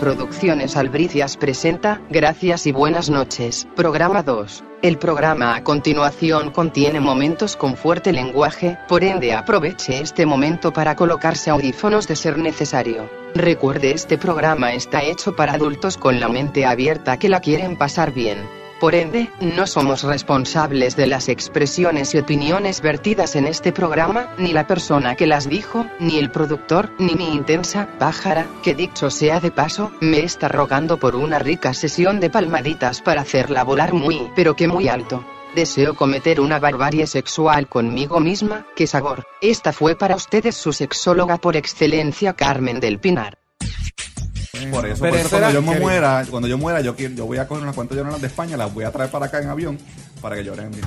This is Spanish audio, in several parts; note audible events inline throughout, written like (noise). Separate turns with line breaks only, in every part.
Producciones Albricias presenta Gracias y buenas noches, programa 2. El programa a continuación contiene momentos con fuerte lenguaje, por ende aproveche este momento para colocarse audífonos de ser necesario. Recuerde este programa está hecho para adultos con la mente abierta que la quieren pasar bien. Por ende, no somos responsables de las expresiones y opiniones vertidas en este programa, ni la persona que las dijo, ni el productor, ni mi intensa pájara, que dicho sea de paso, me está rogando por una rica sesión de palmaditas para hacerla volar muy, pero que muy alto. Deseo cometer una barbarie sexual conmigo misma, que sabor. Esta fue para ustedes su sexóloga por excelencia Carmen del Pinar.
Por eso,
Pues, Pero
por eso
será
cuando yo me
querido.
muera, cuando yo muera, yo quiero, yo voy a coger unas cuantas lloronas de España, las voy a traer para acá en avión para que lloren bien.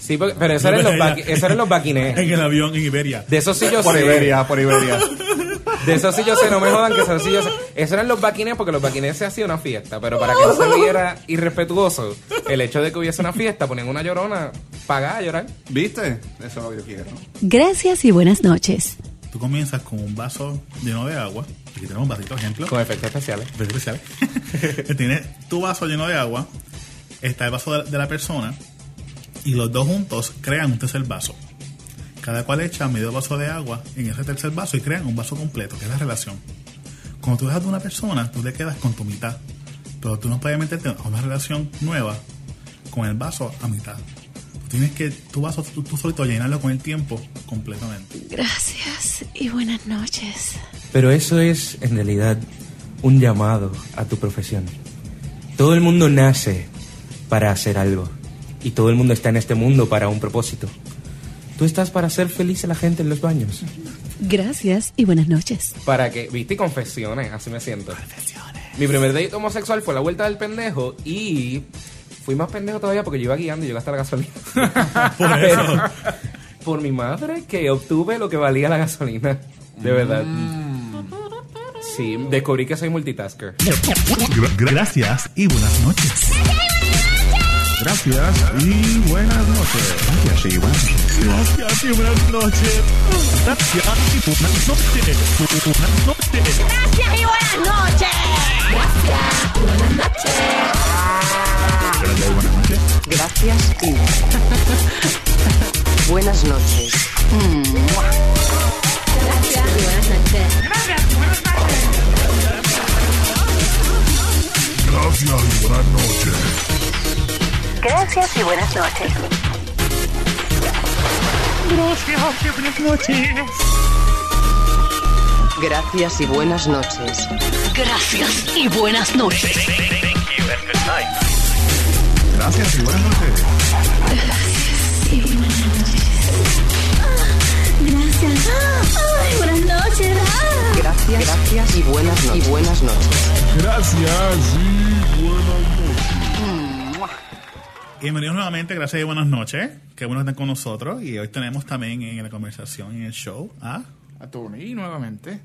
Sí, porque- pero eso
(laughs)
eran los, baqui- eso eran los baquines.
En el avión en Iberia.
De eso sí yo
Por
sé.
Iberia, por Iberia.
(laughs) De eso sí yo sé, no me jodan que eso sí yo sé. Eso eran los baquines porque los baquines se hacía una fiesta, pero para que no se viera irrespetuoso el hecho de que hubiese una fiesta, ponían una llorona, pagada a llorar.
¿Viste? Eso es lo que yo quiero.
Gracias y buenas noches.
Tú comienzas con un vaso lleno de agua. Aquí tenemos un vasito, ejemplo.
Con efectos especiales.
Pero especial. (laughs) Tienes tu vaso lleno de agua. Está el vaso de la, de la persona. Y los dos juntos crean un tercer vaso. Cada cual echa medio vaso de agua en ese tercer vaso y crean un vaso completo, que es la relación. Cuando tú dejas de una persona, tú te quedas con tu mitad. Pero tú no puedes meterte a una relación nueva con el vaso a mitad. Tú tienes que tu vaso tú, tú solito llenarlo con el tiempo completamente.
Gracias y buenas noches.
Pero eso es, en realidad, un llamado a tu profesión. Todo el mundo nace para hacer algo. Y todo el mundo está en este mundo para un propósito. Tú estás para hacer feliz a la gente en los baños.
Gracias y buenas noches.
Para que, viste, y confesiones, así me siento. Mi primer date homosexual fue la vuelta del pendejo y fui más pendejo todavía porque yo iba guiando y yo gasté la gasolina.
(laughs) Por eso.
Por mi madre que obtuve lo que valía la gasolina. De verdad.
Mm.
Sí, descubrí que soy multitasker.
Gra- gra- gracias y buenas noches.
Gracias y buenas noches. Gracias Este, y buenas noches.
Gracias y buenas noches. Gracias y buenas noches. Buenas noches.
Gracias y buenas noches.
Gracias y buenas noches. Mm.
Gracias y buenas noches.
Gracias y buenas noches.
Gracias y buenas noches.
Gracias y buenas noches.
Gracias. Ay, buenas noches. Ah.
Gracias, gracias y buenas noches. Y buenas noches.
Bienvenidos nuevamente, gracias y buenas noches. Qué bueno que están con nosotros. Y hoy tenemos también en la conversación, en el show, a
A Tony nuevamente.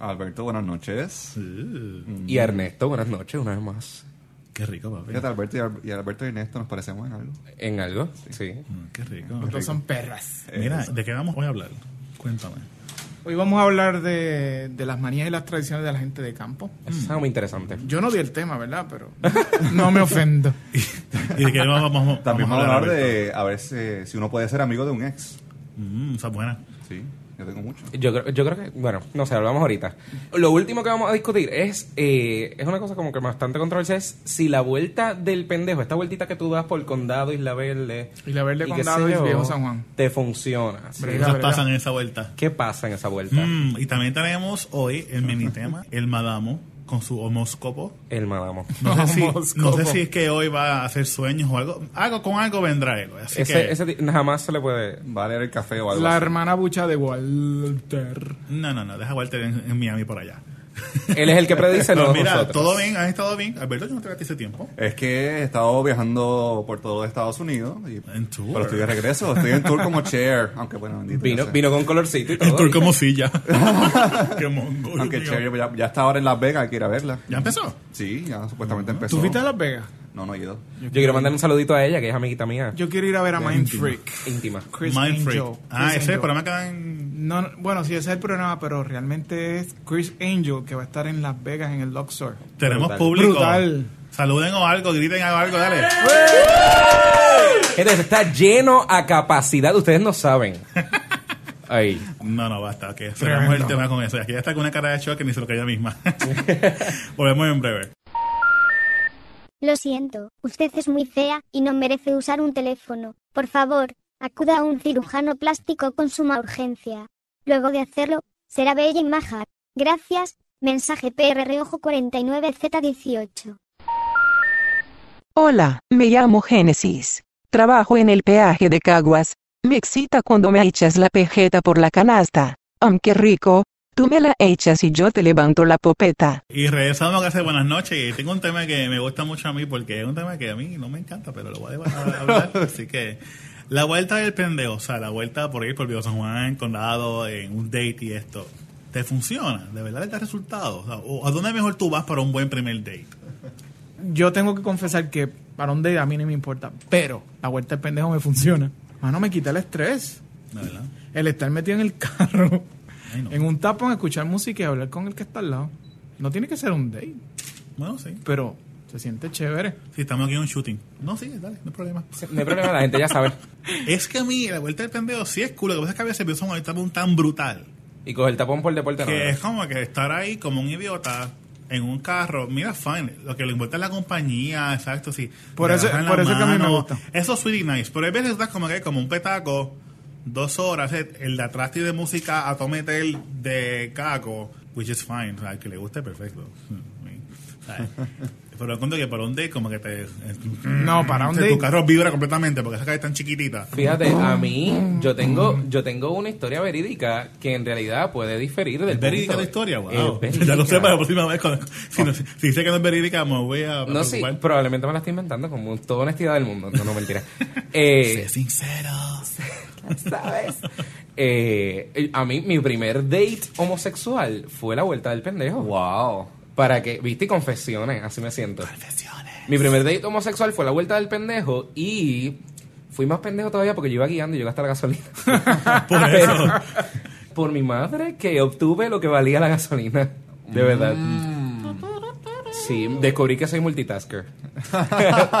Alberto, buenas noches. Mm.
Y a Ernesto, buenas noches, una vez más.
Qué rico, papi.
Fíjate, Alberto y, Al- y Alberto y Ernesto nos parecemos en algo.
¿En algo? Sí.
Mm, Qué rico.
Los dos son perras.
Mira, ¿de qué vamos hoy a hablar? Cuéntame.
Hoy vamos a hablar de, de las manías y las tradiciones de la gente de campo.
Eso es algo muy interesante.
Yo no di el tema, ¿verdad? Pero no me ofendo.
(laughs) ¿Y de qué vamos,
(laughs)
vamos,
También
vamos
vamos a hablar de a ver si, si uno puede ser amigo de un ex.
Mm, esa es buena.
Sí, yo tengo mucho.
Yo creo, yo creo que, bueno, no sé, hablamos ahorita. Lo último que vamos a discutir es, eh, es una cosa como que bastante controversial, es si la vuelta del pendejo, esta vueltita que tú das por Condado, Isla Verde...
Isla Verde,
qué sé
Condado y
yo,
Viejo San Juan.
Te funciona.
Brega,
Cosas
brega.
pasan en esa vuelta.
¿Qué pasa en esa vuelta?
Mm, y también tenemos hoy
(laughs)
el mini tema, el madamo, con su homoscopo.
El madamo.
No sé, si, no
Homoscopo.
sé si es que hoy va a hacer sueños o algo. Algo con algo vendrá él. Así
Ese,
que.
ese ti- jamás se le puede...
Va a leer el café o algo.
La
así.
hermana bucha de Walter.
No, no, no. Deja a Walter en, en Miami por allá.
Él es el que
(laughs)
predice, no
Pero mira,
nosotros.
todo bien. Has estado bien. Alberto, yo no te gasté ese tiempo.
Es que he estado viajando por todo Estados Unidos. Y,
En tour.
Pero estoy de regreso. Estoy en tour como chair. Aunque bueno, bendito.
Vino,
yo sé.
vino con colorcito y todo.
Estoy
(laughs)
como silla. Qué mongo.
Aunque
Dios mío.
chair ya, ya está ahora en Las Vegas. Hay que ir a verla.
¿Ya empezó?
Sí, ya supuestamente empezó.
¿Tú fuiste a Las Vegas?
No, no he ido.
Yo quiero mandar un saludito a ella, que es amiguita mía,
Yo quiero ir a ver a Mind Freak.
íntima.
Chris
Mind
Angel.
Freak. Ah,
Chris
ese
Angel.
programa que dan
No, no, bueno, sí, ese es el programa, pero realmente es Chris Angel que va a estar en Las Vegas en el Luxor.
Tenemos
Brutal.
público.
Brutal.
Saluden o algo, griten o algo, dale.
Entonces está lleno a capacidad, ustedes no
(laughs)
saben. Ahí.
No, no, basta, que cerramos el tema con eso. Aquí ya está con una cara de shock que ni se lo calla misma. (laughs) Volvemos en breve.
Lo siento, usted es muy fea y no merece usar un teléfono. Por favor, acuda a un cirujano plástico con suma urgencia. Luego de hacerlo, será bella y maja. Gracias. Mensaje PRR Ojo 49Z18.
Hola, me llamo Génesis. Trabajo en el peaje de Caguas. Me excita cuando me echas la pejeta por la canasta. Aunque rico, tú me la echas y yo te levanto la popeta.
Y regresamos a casa de buenas noches. Y tengo un tema que me gusta mucho a mí porque es un tema que a mí no me encanta, pero lo voy a a-
(laughs)
a hablar. Así que la vuelta del pendejo, o sea, la vuelta por ir por Viejo San Juan, Condado, en un date y esto, ¿te funciona? ¿De verdad te da resultados? O sea, ¿o ¿A dónde mejor tú vas para un buen primer date?
Yo tengo que confesar que para un date a mí no me importa, pero la vuelta del pendejo me funciona. Mano, me quita el estrés.
¿De verdad?
El estar metido en el carro,
Ay, no.
en un tapón, escuchar música y hablar con el que está al lado. No tiene que ser un date,
Bueno, sí.
pero se siente chévere.
Sí, estamos aquí en un (laughs) shooting. No, sí, dale, no hay problema.
No hay problema, la gente ya sabe.
(laughs) Es que a mí la vuelta del pendejo sí es culo. Lo que pasa es que a veces Viejo San Juan está un tan brutal.
Y coge el tapón por deporte no.
Que es
¿verdad?
como que estar ahí como un idiota en un carro, mira, fine, lo que le importa es la compañía, exacto, sí.
Por
Le
eso-
agarran la
por eso es que a mí me
mano.
gusta.
Eso es really nice, pero hay veces estás como que como un petaco, dos horas, eh, el de atrás tiene música a tomete el de caco, which is fine, o sea, al que le guste, perfecto. (laughs) O sea, Pero cuento que para un date como que te...
No, para un
o sea, (laughs) Tu
date.
carro vibra completamente porque esa calle es tan chiquitita.
Fíjate, a mí yo tengo yo tengo una historia verídica que en realidad puede diferir del
¿Es verídica
punto.
la historia? Wow.
Es verídica.
(laughs) Ya lo sé para la próxima vez.
(laughs)
cuando- si, no- si dice que no es verídica, me voy a.
No, sí, probablemente me la estoy inventando con toda honestidad del mundo. No, no, mentira. (laughs) Eh,
Sé sincero.
¿Sabes? Eh, eh, a mí, mi primer date homosexual fue la vuelta del pendejo. Wow. Para que, viste, y confesiones, así me siento. Mi primer date homosexual fue la vuelta del pendejo y fui más pendejo todavía porque yo iba guiando y yo gastaba gasolina.
(laughs) Por eso.
Por mi madre que obtuve lo que valía la gasolina. De verdad.
Mm.
Sí, descubrí que soy multitasker.
(laughs)
(laughs)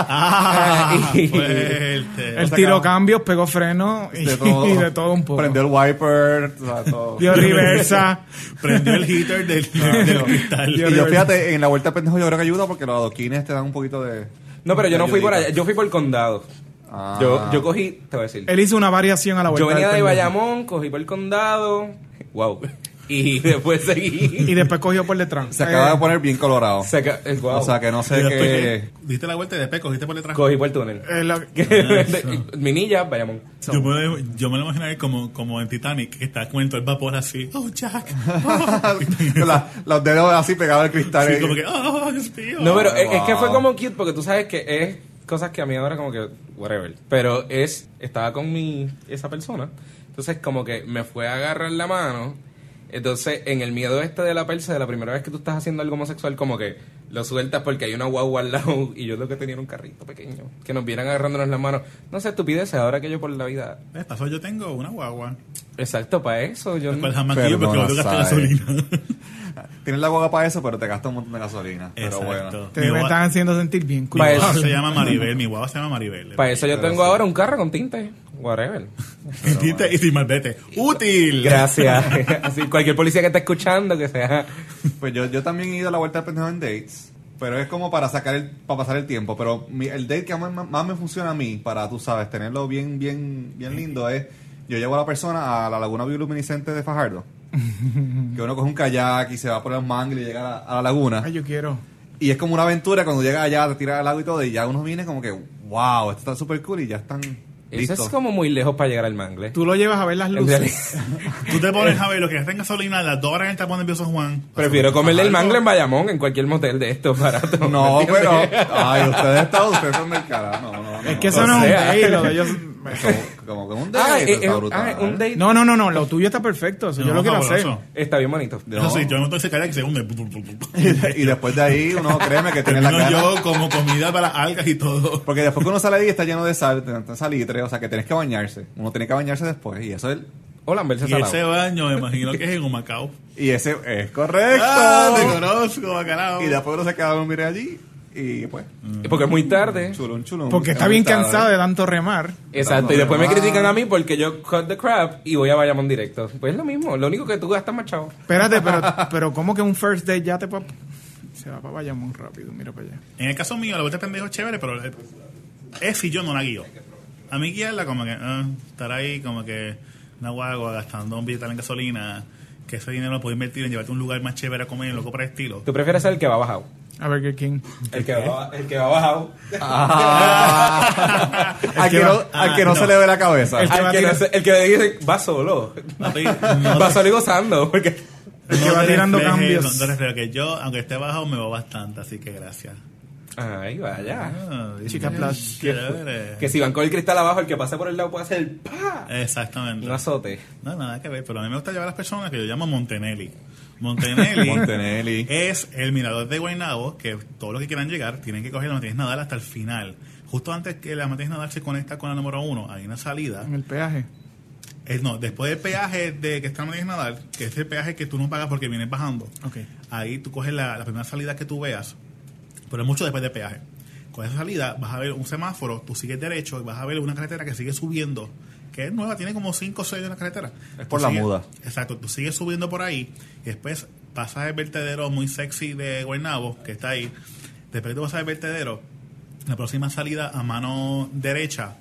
Ah,
Ay.
fuerte.
El tiro cambios, pegó freno y y de (laughs) todo, un poco.
Prendió el wiper, (laughs) o sea, todo.
Dio reversa.
Prendió el heater del, del, del cristal.
Y yo fíjate, en la vuelta al pendejo yo creo que ayuda porque los adoquines te dan un poquito de.
No, pero yo no fui por allá,
ayudita.
yo fui por el condado.
Ah.
Yo, yo cogí, te voy a decir.
Él hizo una variación a la vuelta.
Yo venía
del
de
pendejo.
Bayamón, cogí por el condado. Wow. Y (laughs) después seguí.
Y después Eh. cogió por detrás.
Se acaba de poner bien colorado.
Se ca- eh, guau.
O sea que no
Y
sé
después
qué.
que Diste la vuelta y después cogiste por detrás.
Cogí por el túnel.
Eh,
(laughs)
lo-
Minilla, Bayamón.
Yo me, lo- yo me lo imaginaba como, como en Titanic, que está cuento el vapor así. Oh, Jack. Oh.
Con la- los dedos así pegados al cristal.
Sí,
eh.
como que, oh, Dios mío.
No, pero
Ah,
es, es que
wow.
fue como cute porque tú sabes que es cosas que a mí ahora como que whatever, pero es estaba con mi esa persona. Entonces como que me fue a agarrar la mano. Entonces, en el miedo este de la persa, de la primera vez que tú estás haciendo algo homosexual, como que lo sueltas porque hay una guagua al lado (laughs) y yo lo que tenía era un carrito pequeño, que nos vieran agarrándonos las manos. No sé, estupideces, ahora que yo por la vida.
Eh, pasó, yo tengo una guagua.
Exacto, para eso. Yo
La
no-
cual jamás quiero porque
Perdona,
lo gasté
Sai.
gasolina.
(laughs) Tienes la boca para eso, pero te gasta un montón de gasolina. Pero bueno.
Te me
Mi
están haciendo sentir bien.
Mi
Pa'
culpable.
guagua
eso.
(laughs) se llama Maribel, mi guagua se
(laughs)
llama Maribel.
Para eso yo
Pero
tengo
sí.
ahora un carro con tinte. Whatever.
Y (laughs) tinte y sin malvete. ¡Útil! (laughs)
Gracias. Así, cualquier policía que esté escuchando, que
(laughs)
sea.
Pues yo, yo también he ido a la vuelta al pendejo en dates. Pero es como para sacar el, para pasar el tiempo. Pero mi- el date que más, más me funciona a mí, para tú sabes, tenerlo bien, bien, bien lindo, es yo llevo a la persona a la laguna bioluminiscente de Fajardo. que uno coge un kayak y se va por el mangle y llega a la, a la laguna.
Ay, yo quiero.
Y es como una aventura cuando llegas allá, te tiras al agua y todo, y ya uno viene como que, wow, esto está súper cool y ya están
Eso
listos.
es como muy lejos para llegar al mangle.
Tú lo llevas a ver
(laughs)
las
En
luces.
realidad,
Tú te pones a ver lo que gastan gasolina, las dos horas en el tapón de Pío San Juan.
Prefiero comerle el
Algo-
mangle en Bayamón, en cualquier motel de estos baratos.
No,
¿me entiendes?
pero, ay, ustedes están, ustedes son del cara. No, no, no.
Es que eso
O
no es un
sea.
date, lo de ellos-
Como, como que un
Ah,
date,
eh, eh,
está brutal.
ah, un date.
No, no, no, no. Lo tuyo está perfecto. Eso yo
No,
lo quiero hacer.
fabuloso.
Está bien bonito.
No.
Eso sí, yo no estoy ese cara que se hunde.
(laughs)
y después de ahí, uno créeme que tiene la
Termino
cara.
(laughs) yo como comida para las algas y todo.
Porque después que uno sale ahí está lleno de sal, de tanta salitre, o sea que tienes que bañarse. Uno tiene que bañarse después. Y eso es
O lamberse
Y ese
salado.
baño, me imagino que es en Humacao.
Y ese es correcto.
¡Ah, te conozco, bacalao!
y después uno se queda a dormir allí y pues.
Porque es muy tarde.
Chulón, chulón.
Porque
Es
está
muy
bien
tarde.
cansado de tanto remar.
(laughs) Exacto, y después me critican a mí porque yo cut the crap y voy a Bayamón directo. Pues es lo mismo, lo único que tú gastas más chavo.
Espérate, pero, pero ¿cómo que un first date ya te pa- Se va para Bayamón rápido, mira para allá.
En el caso mío, la vuelta de pendejo es chévere, pero la- es si yo no la guío. A mí guiarla como que ah, estar ahí como que una guagua gastando un billetal en gasolina, que ese dinero lo puedo invertir en llevarte a un lugar más chévere a comer, loco para el estilo.
Tú prefieres ser el que va bajado.
A ver, King.
El que va, el que va bajado.
Ah.
Al que, no,
Ah,
al que no, se le ve la cabeza.
Este
El que,
va
el que,
tirando-
no se- el que dice, va solo. (laughs)
No te- no
va
te-
solo y gozando. Porque
El que
no
va
te
tirando
reflejes,
cambios.
No te reflejes, que yo, aunque esté bajo, me va bastante, así que gracias.
Ay, vaya.
Ah,
Chica
bien,
plus.
chévere.
Que si van con el cristal abajo, el que pase por el lado puede hacer el pa.
Exactamente.
Un azote.
No, nada que ver, pero a mí me gusta llevar a las personas que yo llamo Montenelli. Montenelli,
Montenelli.
es el mirador de Guaynabo, que todos los que quieran llegar tienen que coger la matriz nadal hasta el final. Justo antes que la matriz nadal se conecta con la número uno, hay una salida.
En el peaje.
Eh, no, después del peaje de que está la matriz nadal, que es el peaje que tú no pagas porque vienes bajando,
Ok.
ahí tú coges la, la primera salida que tú veas, pero es mucho después del peaje. Con esa salida vas a ver un semáforo, tú sigues derecho y vas a ver una carretera que sigue subiendo, que es nueva, tiene como 5 o 6 de la carretera.
Es
Tú
por la
sigues-
muda.
Exacto, tú sigues subiendo por ahí y después pasas el vertedero muy sexy de Guaynabo, que está ahí. Después tú pasas el vertedero, la próxima salida a mano derecha,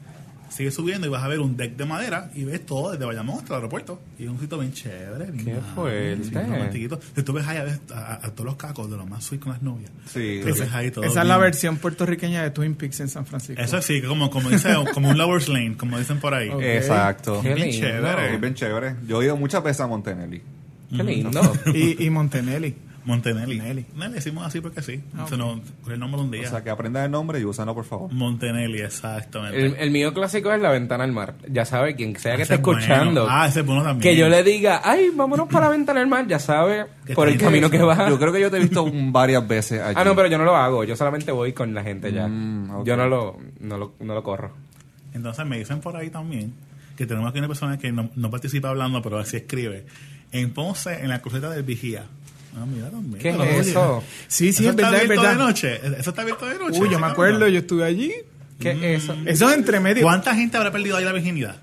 sigues subiendo y vas a ver un deck de madera y ves todo desde Bayamón hasta el aeropuerto. Y es un sitio bien chévere. bien
Qué
nice,
fuerte.
bien romantiquito. Y tú ves ahí a, ves a- a todos los cacos de los más sweet con las novias.
Sí.
Entonces ahí todo
Esa es la
bien.
versión puertorriqueña de Twin Peaks en San Francisco.
Eso sí, como, como, dice, como un lover's lane, como dicen por ahí.
Ok.
Exacto.
Qué
Bien
lindo.
chévere.
Es bien chévere. Yo he ido muchas veces a Montenelli. (laughs)
Qué lindo.
(laughs) Y, y Montenelli.
Montenelli.
Nelly.
Mm. No, le decimos así porque sí.
Ah,
Se nos ocurrió el nombre un
O
día.
sea, que aprendan el nombre y úsalo, por favor.
Montenelli, exactamente.
El, el mío clásico es la ventana al mar. Ya sabe, quien sea que esté
Ese es bueno.
escuchando.
Ah, ese es bueno también.
Que yo le diga, ay, vámonos para la ventana del mar, ya sabe,
Que
por el
está
camino que va.
Yo creo que yo te he visto varias veces allí.
Ah, no, pero yo no lo hago, yo solamente voy con la gente ya.
Mm, ok.
Yo no lo, no lo, no lo corro.
Entonces me dicen por ahí también que tenemos aquí una persona que no, no participa hablando, pero así escribe. En Ponce, en la cruceta del Vigía. Ah, mira también.
¿Qué es
Pero, oye,
eso?
Sí, sí,
eso
es verdad,
está
es
abierto de
verdad.
noche. Eso está abierto de noche.
Uy, yo
ese
me
camino.
acuerdo, yo estuve allí.
¿Qué es eso?
Eso es entre medio.
¿Cuánta gente habrá perdido ahí la virginidad?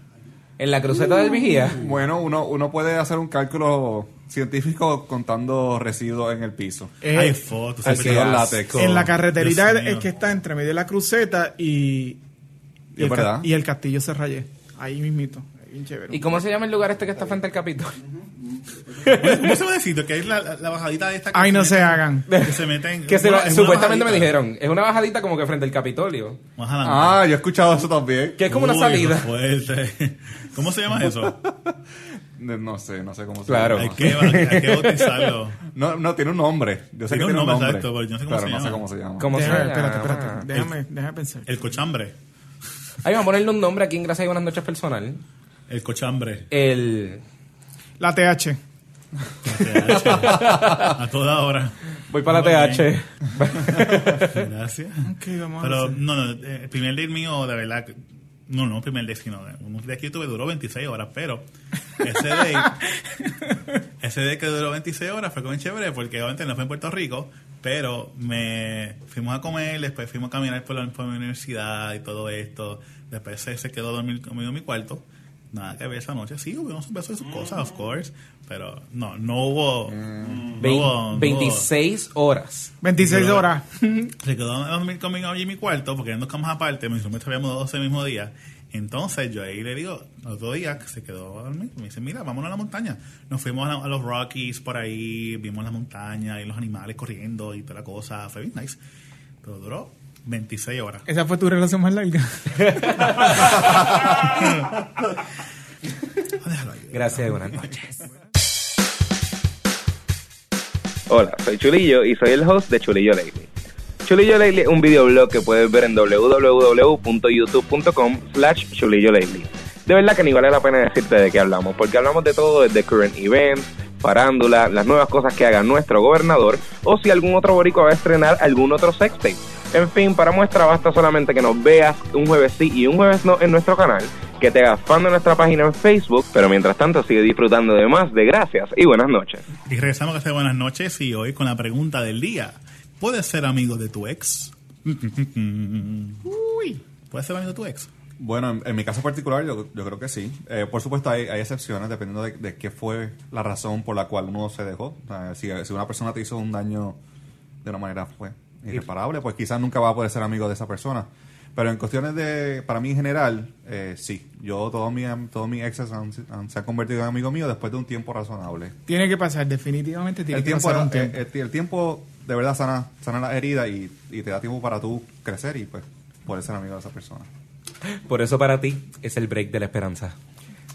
En la cruceta del vigía.
Uh. Bueno, uno, uno puede hacer un cálculo científico contando residuos en el piso.
Eh,
Hay fotos. hay
Así
videos.
es látex.
en la carreterita
Dios
es
mío.
que está entre medio de la cruceta y,
Y es
el, ca-
verdad.
y el castillo se rayé. Ahí mismito. Bien chévere.
¿Y cómo se llama el lugar este que está frente al Capitolio?
¿Cómo se va a decir? Que es la, la- la bajadita de esta que
Ay, no se
meten-
(laughs)
hagan.
Que se meten.
Que se
una-
va-
es una
supuestamente me
bajadita.
dijeron, es una bajadita como que frente al Capitolio.
Más adelante.
Ah, yo he escuchado eso también.
Que es como una
Uy,
salida.
fuerte. (laughs) ¿Cómo se llama eso?
No sé, no sé cómo se
Claro.
llama.
Hay que, hay que bautizarlo.
(laughs) No, no, tiene un nombre. Yo sé que
Tiene un
tiene un
nombre,
nombre.
exacto, pero yo no sé cómo se
no sé
llama.
cómo se llama.
¿Cómo se
Déjame,
llama?
espérate, espérate. Déjame, déjame pensar.
El cochambre.
Ahí vamos a ponerle un nombre aquí en Gracias y Buenas Noches Personal.
El cochambre.
El...
La TH. (laughs)
A toda hora.
Voy para
Muy
la
bien.
TH.
Gracias.
Ok, vamos a
Pero
hacer.
no, no, eh, el primer date mío, de verdad, que- no, no el primer date, sino eh, un date que yo tuve duró 26 horas, pero
(laughs)
ese date, ese date que duró 26 horas fue como chévere porque obviamente no fue en Puerto Rico, pero me fuimos a comer, después fuimos a caminar por la, por mi universidad y todo esto, después se, se quedó a dormir conmigo en mi cuarto. Nada que ver esa noche, sí, hubo un beso y sus cosas, of course, pero no, no hubo... no hubo- no hubo-
26 horas.
26
Pero-
horas. (laughs)
se quedó a dormir conmigo allí en mi cuarto porque eran dos camas aparte, mis me habíamos dado ese mismo día. Entonces yo ahí le digo, al otro día que se quedó a dormir, me dice, mira, vámonos a la montaña. Nos fuimos a, la- a los Rockies por ahí, vimos la montaña y los animales corriendo y toda la cosa, fue bien nice. Pero duró 26 horas.
Esa fue tu relación más
(laughs)
larga.
Déjalo ahí.
Gracias y Buenas Noches.
Hola, soy Chulillo y soy el host de Chulillo Lately. Chulillo Lately es un videoblog que puedes ver en www.youtube.com slash Chulillo Lately. De verdad que ni vale la pena decirte de qué hablamos, porque hablamos de todo desde current events, farándula, las nuevas cosas que haga nuestro gobernador, o si algún otro boricua va a estrenar algún otro sextape. En fin, para muestra basta solamente que nos veas un jueves sí y un jueves no en nuestro canal,
que te hagas fan de nuestra página en Facebook, pero mientras tanto sigue disfrutando de más de gracias y buenas noches.
Y regresamos a hacer buenas noches y hoy con la pregunta del día. ¿Puedes ser amigo de tu ex? Uy. ¿Puedes ser amigo de tu ex?
Bueno, en, en mi caso particular yo, yo creo que sí. Eh, por supuesto hay, hay excepciones dependiendo de, de qué fue la razón por la cual uno se dejó. O sea, si, si una persona te hizo un daño de una manera pues, irreparable, pues quizás nunca va a poder ser amigo de esa persona. Pero en cuestiones de, para mí en general, eh, sí. Yo, todos mis todos mis exes han- han- se han convertido en amigos míos después de un tiempo razonable.
Tiene que pasar, definitivamente tiene
El
que
tiempo,
pasar un
eh,
tiempo.
el, el tiempo de verdad sana, sana las heridas y, y te da tiempo para tú crecer y pues poder ser amigo de esa persona.
Por eso para ti es el break de la esperanza.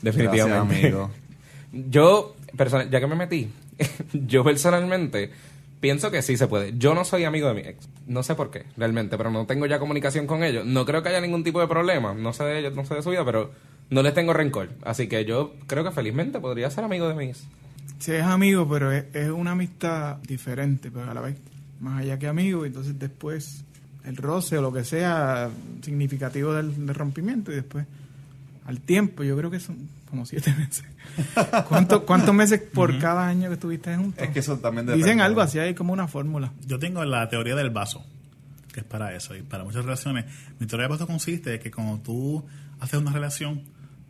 Definitivamente.
Gracias, amigo.
(laughs) Yo, personal, ya que me metí, (laughs) yo personalmente pienso que sí se puede. Yo no soy amigo de mi ex. No sé por qué, realmente, pero no tengo ya comunicación con ellos. No creo que haya ningún tipo de problema. No sé de ellos, no sé de su vida, pero no les tengo rencor. Así que yo creo que felizmente podría ser amigo de mi ex.
Si es amigo, pero es, es una amistad diferente, pero a la vez más allá que amigo, y entonces después el roce o lo que sea significativo del, del rompimiento y después al tiempo, yo creo que son como siete (laughs) meses. ¿Cuánto- ¿Cuántos meses por
Ujú.
cada año que estuviste juntos?
Es que eso también
Dicen
depende,
algo
¿no?
así, hay como una fórmula.
Yo tengo la teoría del vaso, que es para eso y para muchas relaciones. Mi teoría del vaso consiste en que cuando tú haces una relación,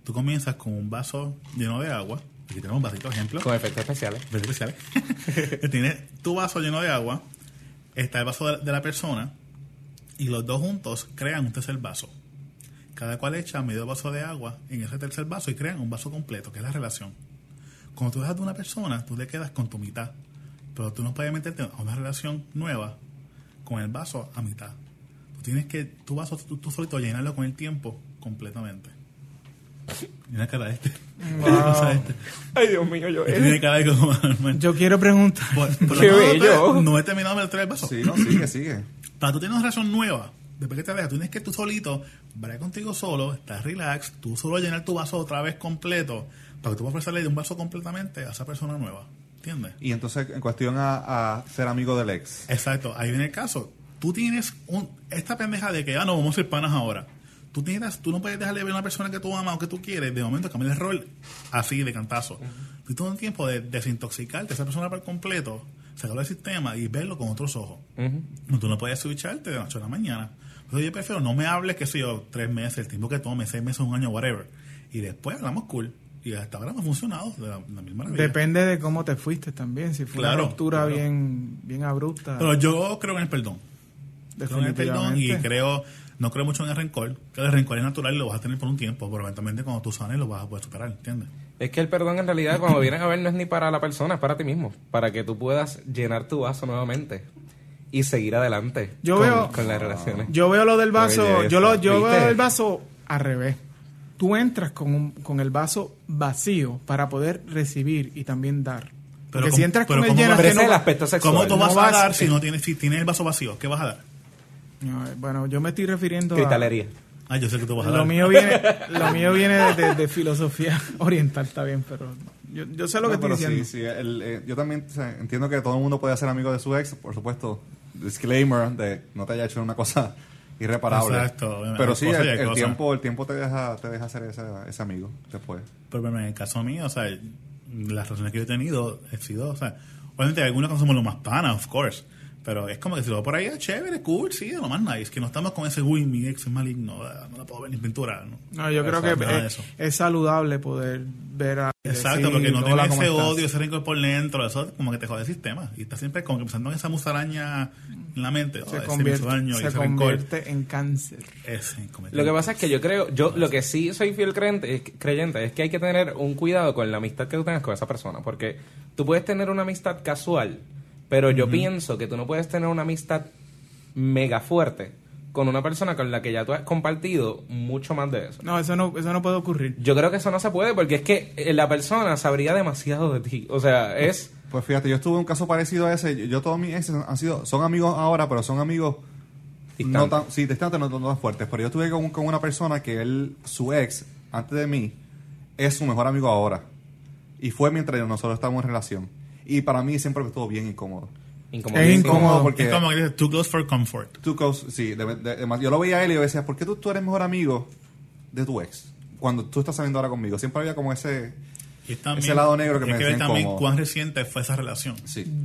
tú comienzas con un vaso lleno de agua. Aquí tenemos un vasito, ejemplo.
Con efectos especiales.
Efectos (laughs) especiales. Tienes tu vaso lleno de agua, está el vaso de la, de la persona, y los dos juntos crean un tercer vaso. Cada cual echa medio vaso de agua en ese tercer vaso y crean un vaso completo, que es la relación. Cuando tú dejas de una persona, tú le quedas con tu mitad. Pero tú no puedes meterte a una relación nueva con el vaso a mitad. Tú tienes que tu vaso tú, tú solito llenarlo con el tiempo completamente. Mira la cara de este. (laughs) Mira la cosa de este.
Ay, Dios mío, yo.
Este tiene cara de como (laughs) Armando.
Yo quiero preguntar. (laughs)
Pero no, no, espera, No he terminado de meter el vaso.
Sí, no, sigue, sigue.
(clears throat) Para tú tienes una relación nueva, después que te dejas, tú tienes que tú solito, variar contigo solo, estás relax, tú solo llenar tu vaso otra vez completo, para que tú puedas ofrecerle de un vaso completamente a esa persona nueva. ¿Entiendes?
Y entonces, en cuestión a, a ser amigo del ex.
Exacto, ahí viene el caso. Tú tienes un, esta pendeja de que, ah, no, vamos a ser panas ahora. Tú, tienes, tú no puedes dejarle ver a una persona que tú amas o que tú quieres, de momento cambiar el rol así, de cantazo. Tú tienes un tiempo de desintoxicarte a esa persona por completo, sacarlo del sistema y verlo con otros ojos. No, Tú no puedes switcharte de la noche a la mañana. Entonces yo prefiero no me hables, que sé yo, tres meses, el tiempo que tome, seis meses, un año, whatever. Y después hablamos cool. Y hasta ahora me ha funcionado de la, de la misma manera.
Depende de cómo te fuiste también, si fue
Claro,
una ruptura
claro.
bien, bien abrupta.
Pero yo creo en el perdón. Creo en el perdón y
Definitivamente.
creo, no creo mucho en el rencor. Que el rencor es natural y lo vas a tener por un tiempo, pero eventualmente cuando tú sanes lo vas a poder superar, ¿entiendes?
Es que el perdón en realidad cuando vienes a ver no es ni para la persona, es para ti mismo, para que tú puedas llenar tu vaso nuevamente y seguir adelante
Yo
con,
veo-
con las relaciones.
Yo veo lo del vaso,
belleza.
yo, lo, yo
¿Viste?
veo el vaso al revés. Tú entras con, un- con el vaso vacío para poder recibir y también dar. Porque si entras con el
¿cómo
lleno,
vas-
es que no-
¿Cómo tú
no
vas a dar si no tienes, si tienes el vaso vacío? ¿Qué vas a dar?
No, eh, Bueno, yo me estoy refiriendo
Cristalería.
a...
Ah, yo sé que tú vas a
Lo
dar.
mío viene, lo mío viene de, de- de filosofía (laughs) oriental, está bien, pero yo, yo sé lo
No,
que estoy
pero
diciendo.
sí, sí, el, eh, yo también o sea, entiendo que todo el mundo puede ser amigo de su ex, por supuesto. Disclaimer de no te haya hecho una cosa irreparable.
Exacto,
Pero
hay
sí,
cosas
el,
y hay
el
cosas.
tiempo, el tiempo te deja, te deja ser ese, ese amigo después.
Pero bueno, Pues, en el caso mío, o sea, las relaciones que yo he tenido, he sido, o sea, obviamente algunas cosas somos lo más panas, of course. Pero es como que si lo veo por ahí, es chévere, cool, sí, es lo más nice. Que no estamos con ese, uy, mi ex es maligno, ah, no la puedo ver ni pintura. No,
No, yo creo
O sea,
que eh,
nada de
es,
eso.
es saludable poder ver a...
Exacto,
decir,
porque no
"Hola,
tiene
¿cómo
ese
estás?".
odio, ese rencor por dentro, eso como que te jode el sistema. Y estás siempre como que pensando en esa musaraña en la mente.
Se convierte, se convierte en cáncer.
Lo que pasa es que yo creo, yo lo que sí soy fiel creyente es, que- creyente es que hay que tener un cuidado con la amistad que tú tengas con esa persona, porque tú puedes tener una amistad casual, pero yo
Ujú.
pienso que tú no puedes tener una amistad mega fuerte con una persona con la que ya tú has compartido mucho más de eso.
No, eso no, eso no puede ocurrir.
Yo creo que eso no se puede porque es que eh, la persona sabría demasiado de ti. O sea, es...
Pues fíjate, yo estuve en un caso parecido a ese. Yo, yo todos mis exes han sido, son amigos ahora, pero son amigos no tan, sí, distantes, no, no tan fuertes. Pero yo estuve con, un- con una persona que él, su ex, antes de mí, es su mejor amigo ahora. Y fue mientras nosotros estábamos en relación. Y para mí siempre estuvo bien incómodo.
Incómodo.
Bien
Es incómodo.
porque...
Es como que dices, too close for comfort.
Too close, sí. de- de- de- yo lo veía a él y yo decía, ¿por qué tú, tú eres mejor amigo de tu ex? cuando tú estás saliendo ahora conmigo. Siempre había como ese,
Y también-
ese lado negro que
hay
me
que ver
decían
también
como-
cuán reciente fue esa relación.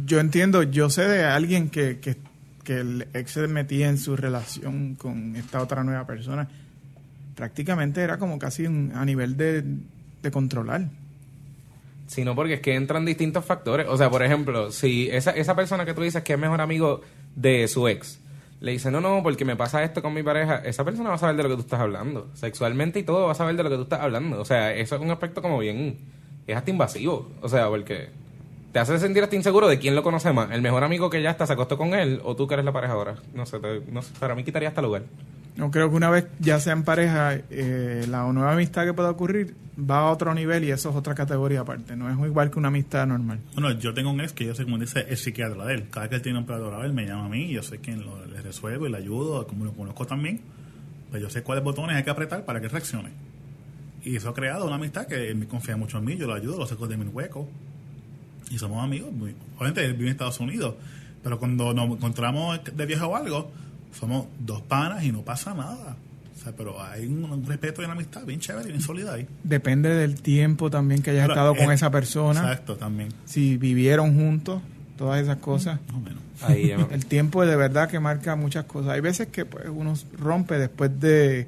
Yo entiendo, yo sé de alguien que, que, que el ex se metía en su relación con esta otra nueva persona. Prácticamente era como casi un- a nivel de, de controlar.
sino porque es que entran distintos factores. O sea, por ejemplo, si esa, esa persona que tú dices que es mejor amigo de su ex, le dice, no, no, porque me pasa esto con mi pareja, esa persona va a saber de lo que tú estás hablando. Sexualmente y todo va a saber de lo que tú estás hablando. O sea, eso es un aspecto como bien, es hasta invasivo. O sea, porque te hace sentir hasta inseguro de quién lo conoce más, el mejor amigo que ya está se acostó con él o tú que eres la pareja ahora. No sé, te- no sé, para mí quitaría hasta lugar.
No creo que una vez ya sean pareja, eh, la nueva amistad que pueda ocurrir va a otro nivel y eso es otra categoría aparte. No es igual que una amistad normal.
Bueno, yo tengo un ex que yo sé, como dice, el psiquiatra de él. Cada vez que él tiene un problema grave, él me llama a mí, yo sé quién lo, le resuelvo y le ayudo, como lo conozco también. Pues yo sé cuáles botones hay que apretar para que reaccione. Y eso ha creado una amistad que él me confía mucho en mí, yo lo ayudo, lo saco de mi hueco. Y somos amigos. muy- obviamente él vive en Estados Unidos, pero cuando nos encontramos de viaje o algo, somos dos panas y no pasa nada. O sea, pero hay un, un respeto y una amistad bien chévere y bien sólida ahí.
Depende del tiempo también que hayas
Pero
estado con
es-
esa persona.
Exacto, también. Mm,
Si vivieron juntos, todas esas cosas.
Ahí, ya.
El tiempo de verdad que marca muchas cosas. Hay veces que pues, uno rompe después de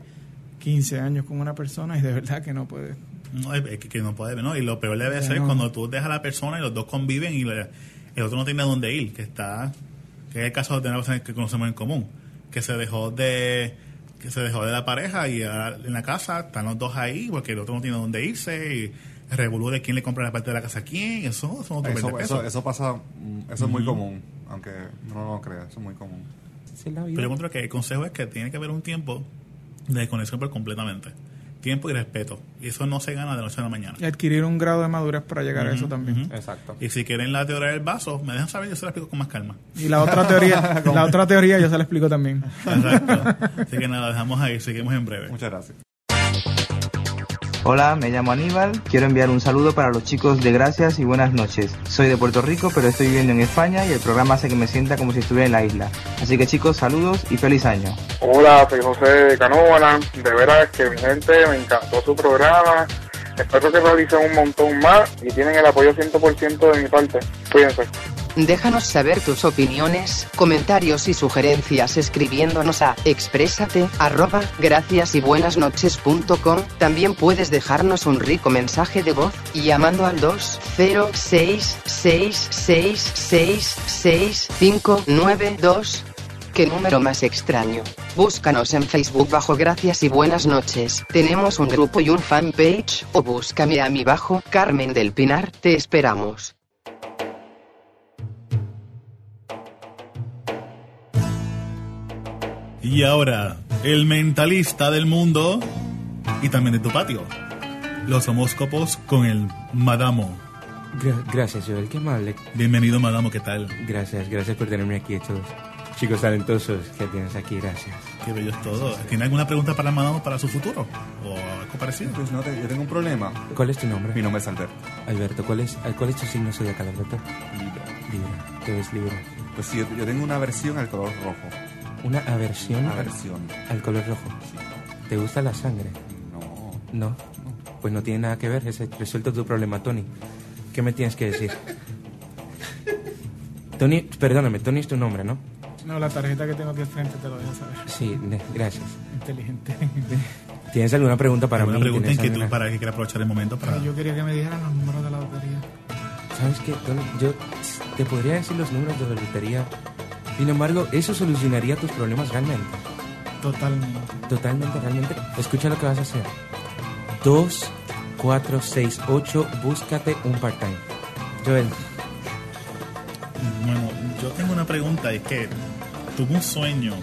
15 años con una persona y de verdad que no puede.
No, es es que, que no puede, ¿no? Y lo peor debe
Ya
ser
no.
cuando tú dejas a la persona y los dos conviven y la- el otro no tiene dónde ir, que está, que es el caso de una persona que conocemos en común, que se dejó de, que se dejó de la pareja y ahora en la casa están los dos ahí porque el otro no tiene dónde irse y el revolú de quién le compra la parte de la casa a quién, eso son otros
Eso,
20
eso,
pesos.
eso pasa, mm, eso es muy
Ujú.
común, aunque no lo creas, eso es muy común.
Pero yo encuentro que el consejo es que tiene que haber un tiempo de desconexión por completamente. Tiempo y respeto. Y eso no se gana de la noche a la mañana.
Y adquirir un grado de madurez para llegar a eso
Ujú,
también.
ujú.
Exacto.
Y si quieren la teoría del vaso, me dejan saber, yo se la explico con más calma.
Y la otra
(laughs)
teoría, la otra teoría yo se la explico también.
Exacto. Así que nada, dejamos ahí, seguimos en breve.
Muchas gracias.
Hola, me llamo Aníbal. Quiero enviar un saludo para los chicos de Gracias y buenas noches. Soy de Puerto Rico, pero estoy viviendo en España y el programa hace que me sienta como si estuviera en la isla. Así que chicos, saludos y feliz año.
Hola, soy José de Canóbala. De veras que mi gente me encantó su programa. Espero que realicen un montón más y tienen el apoyo 100% de mi parte. Cuídense.
Déjanos saber tus opiniones, comentarios y sugerencias escribiéndonos a exprésate arroba gracias y buenas También puedes dejarnos un rico mensaje de voz llamando al 20666666592. ¿Qué número más extraño? Búscanos en Facebook bajo Gracias y Buenas noches. Tenemos un grupo y un fanpage, o búscame a mi bajo Carmen del Pinar. Te esperamos.
Y ahora, el mentalista del mundo y también de tu patio. Los homóscopos con el Madamo.
gracias, Joel, qué amable.
Bienvenido, Madamo, ¿qué tal?
Gracias, gracias por tenerme aquí, estos chicos talentosos que tienes aquí, gracias.
Qué bellos todos. ¿Tiene alguna pregunta para el Madamo para su futuro? ¿O algo parecido?
Pues no, te- yo tengo un problema.
¿Cuál es tu nombre?
Mi nombre es Alberto.
Alberto, ¿cuál es, eh, cuál es tu signo zodiacal, Alberto? Libra. Libra, te ves Libra.
Pues sí, yo, yo tengo una aversión al color rojo.
Una aversión, al-
Aversión.
al color rojo. ¿Te gusta la sangre?
No.
No. Pues no tiene nada que ver, ese, resuelto tu problema, Tony. ¿Qué me tienes que decir? Tony, perdóname, Tony es tu nombre, ¿no?
No, la tarjeta que tengo aquí al frente te lo dejo saber.
Sí, ne- gracias.
(laughs)
Inteligente.
¿Tienes alguna pregunta para
¿Alguna
mí?
pregunta
¿Tienes
en que tú,
alguna-
para que quiera aprovechar el momento para...
Yo quería que me dijeran los números de la lotería.
¿Sabes qué, Tony? Yo te podría decir los números de la lotería. Sin embargo, eso solucionaría tus problemas realmente.
Totalmente.
Totalmente, realmente. Escucha lo que vas a hacer. 2, 4, 6, 8, búscate un part-time. Joel,
Bueno, yo tengo una pregunta, es que tuve un sueño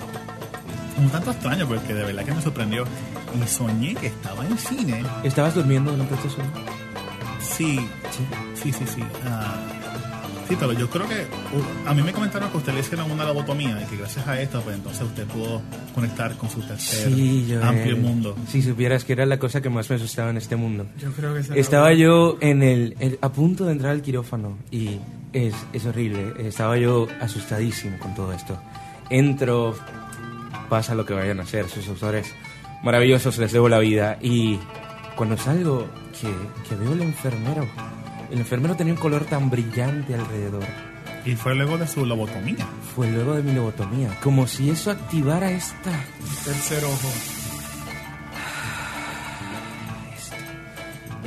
un tanto extraño porque de verdad que me sorprendió y soñé que estaba en cine.
¿estabas durmiendo durante este sueño?
Sí, sí, sí, sí. Ah, sí, pero yo creo que uh, a mí me comentaron que usted le hicieron una lobotomía y que gracias a esto, pues entonces usted pudo conectar con su tercer
Sí, Joel.
amplio mundo.
Si supieras que era la cosa que más me asustaba en este mundo.
Yo creo que esa era
Estaba
la-
yo en el, el- a punto de entrar al quirófano y es, es horrible. Estaba yo asustadísimo con todo esto. Entro, pasa lo que vayan a hacer sus autores maravillosos, les debo la vida y Cuando salgo, que, que veo al enfermero. El enfermero tenía un color tan brillante alrededor.
Y fue luego de su lobotomía.
Fue luego de mi lobotomía. Como si eso activara esta...
Tercer ojo.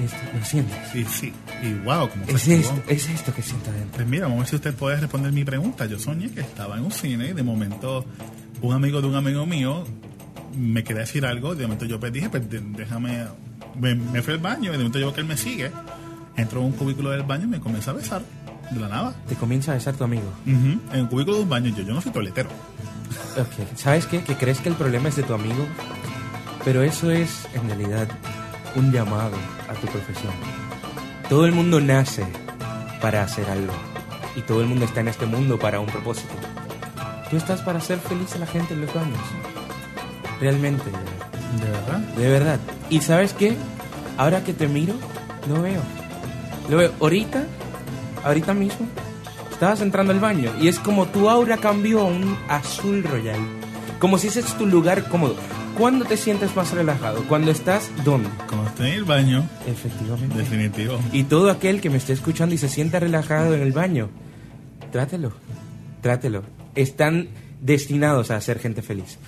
Esto, ¿Lo sientes?
Y sí, y wow, como
Es
se activó.
esto, es esto que siento adentro.
Pues mira, vamos a ver si usted puede responder mi pregunta. Yo soñé que estaba en un cine y de momento un amigo de un amigo mío me quería decir algo. De momento yo pues, dije, pues de- déjame. Me, me fui al baño y de momento yo veo que él me sigue. Entró a un cubículo del baño y me comienza a besar de la nada.
Te comienza a besar tu amigo.
Ujú, En el cubículo de un baño. Yo, yo no soy toiletero.
Ok, ¿sabes qué? Que crees que el problema es de tu amigo, pero eso es en realidad un llamado a tu profesión. Todo el mundo nace para hacer algo y todo el mundo está en este mundo para un propósito. Tú estás para hacer feliz a la gente en los baños. Realmente.
¿De verdad?
De verdad. ¿Y sabes qué? Ahora que te miro, lo veo. Lo veo. Ahorita, ahorita mismo, estabas entrando al baño y es como tu aura cambió a un azul royal. Como si ese es tu lugar cómodo. ¿Cuándo te sientes más relajado? ¿Cuando estás dónde?
Cuando estoy en el baño.
Efectivamente.
Definitivo.
Y todo aquel que me esté escuchando y se sienta relajado en el baño, trátelo. Trátelo. Están destinados a hacer gente feliz.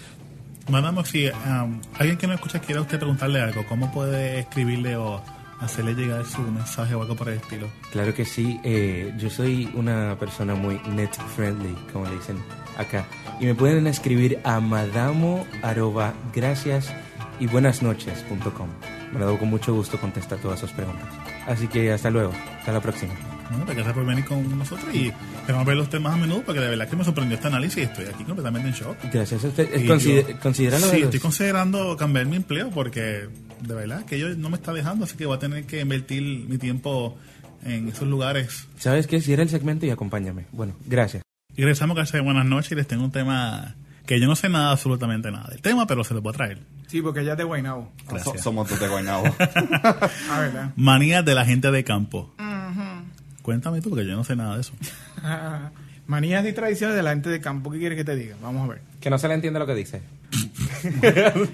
Madame, si um, alguien que no escucha quiere a usted preguntarle algo, ¿cómo puede escribirle o hacerle llegar su mensaje o algo por el estilo?
Claro que sí, eh, yo soy una persona muy net friendly, como le dicen acá. Y me pueden escribir a madamo arroba gracias y buenas noches.com. Madamo con mucho gusto contesta todas sus preguntas. Así que hasta luego, hasta la próxima.
Bueno, pues gracias por venir con nosotros y esperamos verlo a usted más a menudo porque la verdad es que me sorprendió este análisis y estoy aquí completamente en shock.
Gracias a usted.
Y yo-
Consider- considéralo de
Sí,
los-
estoy considerando cambiar mi empleo porque de verdad que yo no me está dejando, así que voy a tener que invertir mi tiempo en esos lugares.
¿Sabes qué? Cierra el segmento y acompáñame. Bueno, gracias.
Y regresamos, gracias, buenas noches y les tengo un tema que yo no sé nada, absolutamente nada del tema, pero se los voy a traer.
Sí, porque ya es de Guaynabo.
Gracias.
somos dos de Guaynabo.
Ah, ¿verdad?
Manías de la gente de campo. Cuéntame tú, porque yo no sé nada de eso.
(laughs) Manías y tradiciones de la gente de campo. ¿Qué quieres que te diga? Vamos a ver.
Que no se le
(laughs)
entiende (laughs) lo que dice.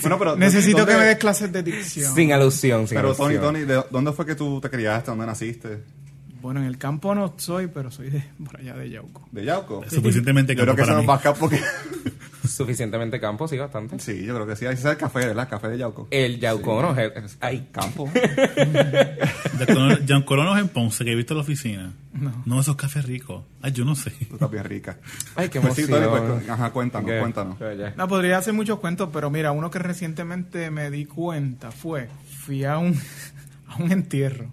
Bueno, pero-
(laughs) Necesito
¿dónde-
que me des clases de dicción.
Sin alusión, sin
Pero Tony,
alusión.
Tony, ¿de dónde fue que tú te criaste? ¿Dónde naciste?
Bueno, en el campo no soy, pero soy de por allá de Yauco.
¿De Yauco?
Suficientemente
Yo creo
campo
que eso
para
nos
mí.
va a escapar porque...
(laughs) Suficientemente campo, sí, bastante.
Sí, yo creo que sí. Ahí se el café, ¿verdad? Café de Yauco.
El Yauco, no, el- ay. (laughs)
Campo.
Jan Coronos en Ponce, que he visto en la oficina. No. esos cafés ricos. Ay, yo no sé. Tú
estás bien rica.
Ay,
(laughs)
qué
Pues sí,
emoción.
Tony, pues, cu- ajá, cuéntanos,
Ok.
cuéntanos.
No, podría hacer muchos cuentos, pero mira, uno que recientemente me di cuenta fue, fui a un, (laughs) a un entierro.